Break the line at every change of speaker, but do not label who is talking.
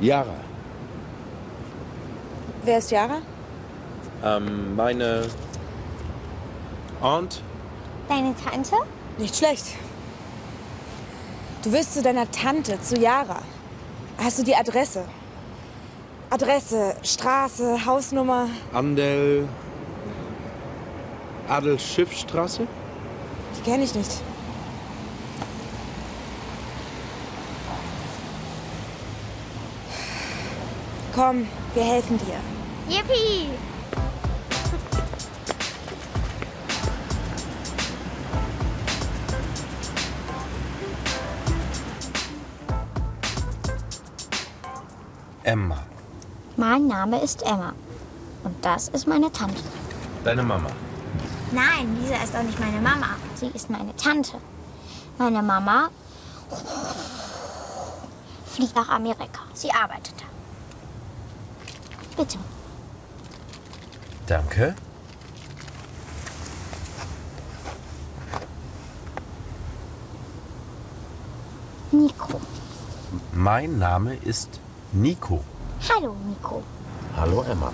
Jara.
Wer ist Yara?
Ähm, meine Aunt?
Deine Tante?
Nicht schlecht. Du willst zu deiner Tante, zu Yara. Hast du die Adresse? Adresse, Straße, Hausnummer.
Andel. Adelschiffstraße?
Die kenne ich nicht. Komm, wir helfen dir.
Yippie!
Emma.
Mein Name ist Emma. Und das ist meine Tante.
Deine Mama.
Nein, Lisa ist auch nicht meine Mama. Sie ist meine Tante. Meine Mama fliegt nach Amerika. Sie arbeitet da. Bitte.
Danke.
Nico.
Mein Name ist Nico.
Hallo, Nico.
Hallo Emma.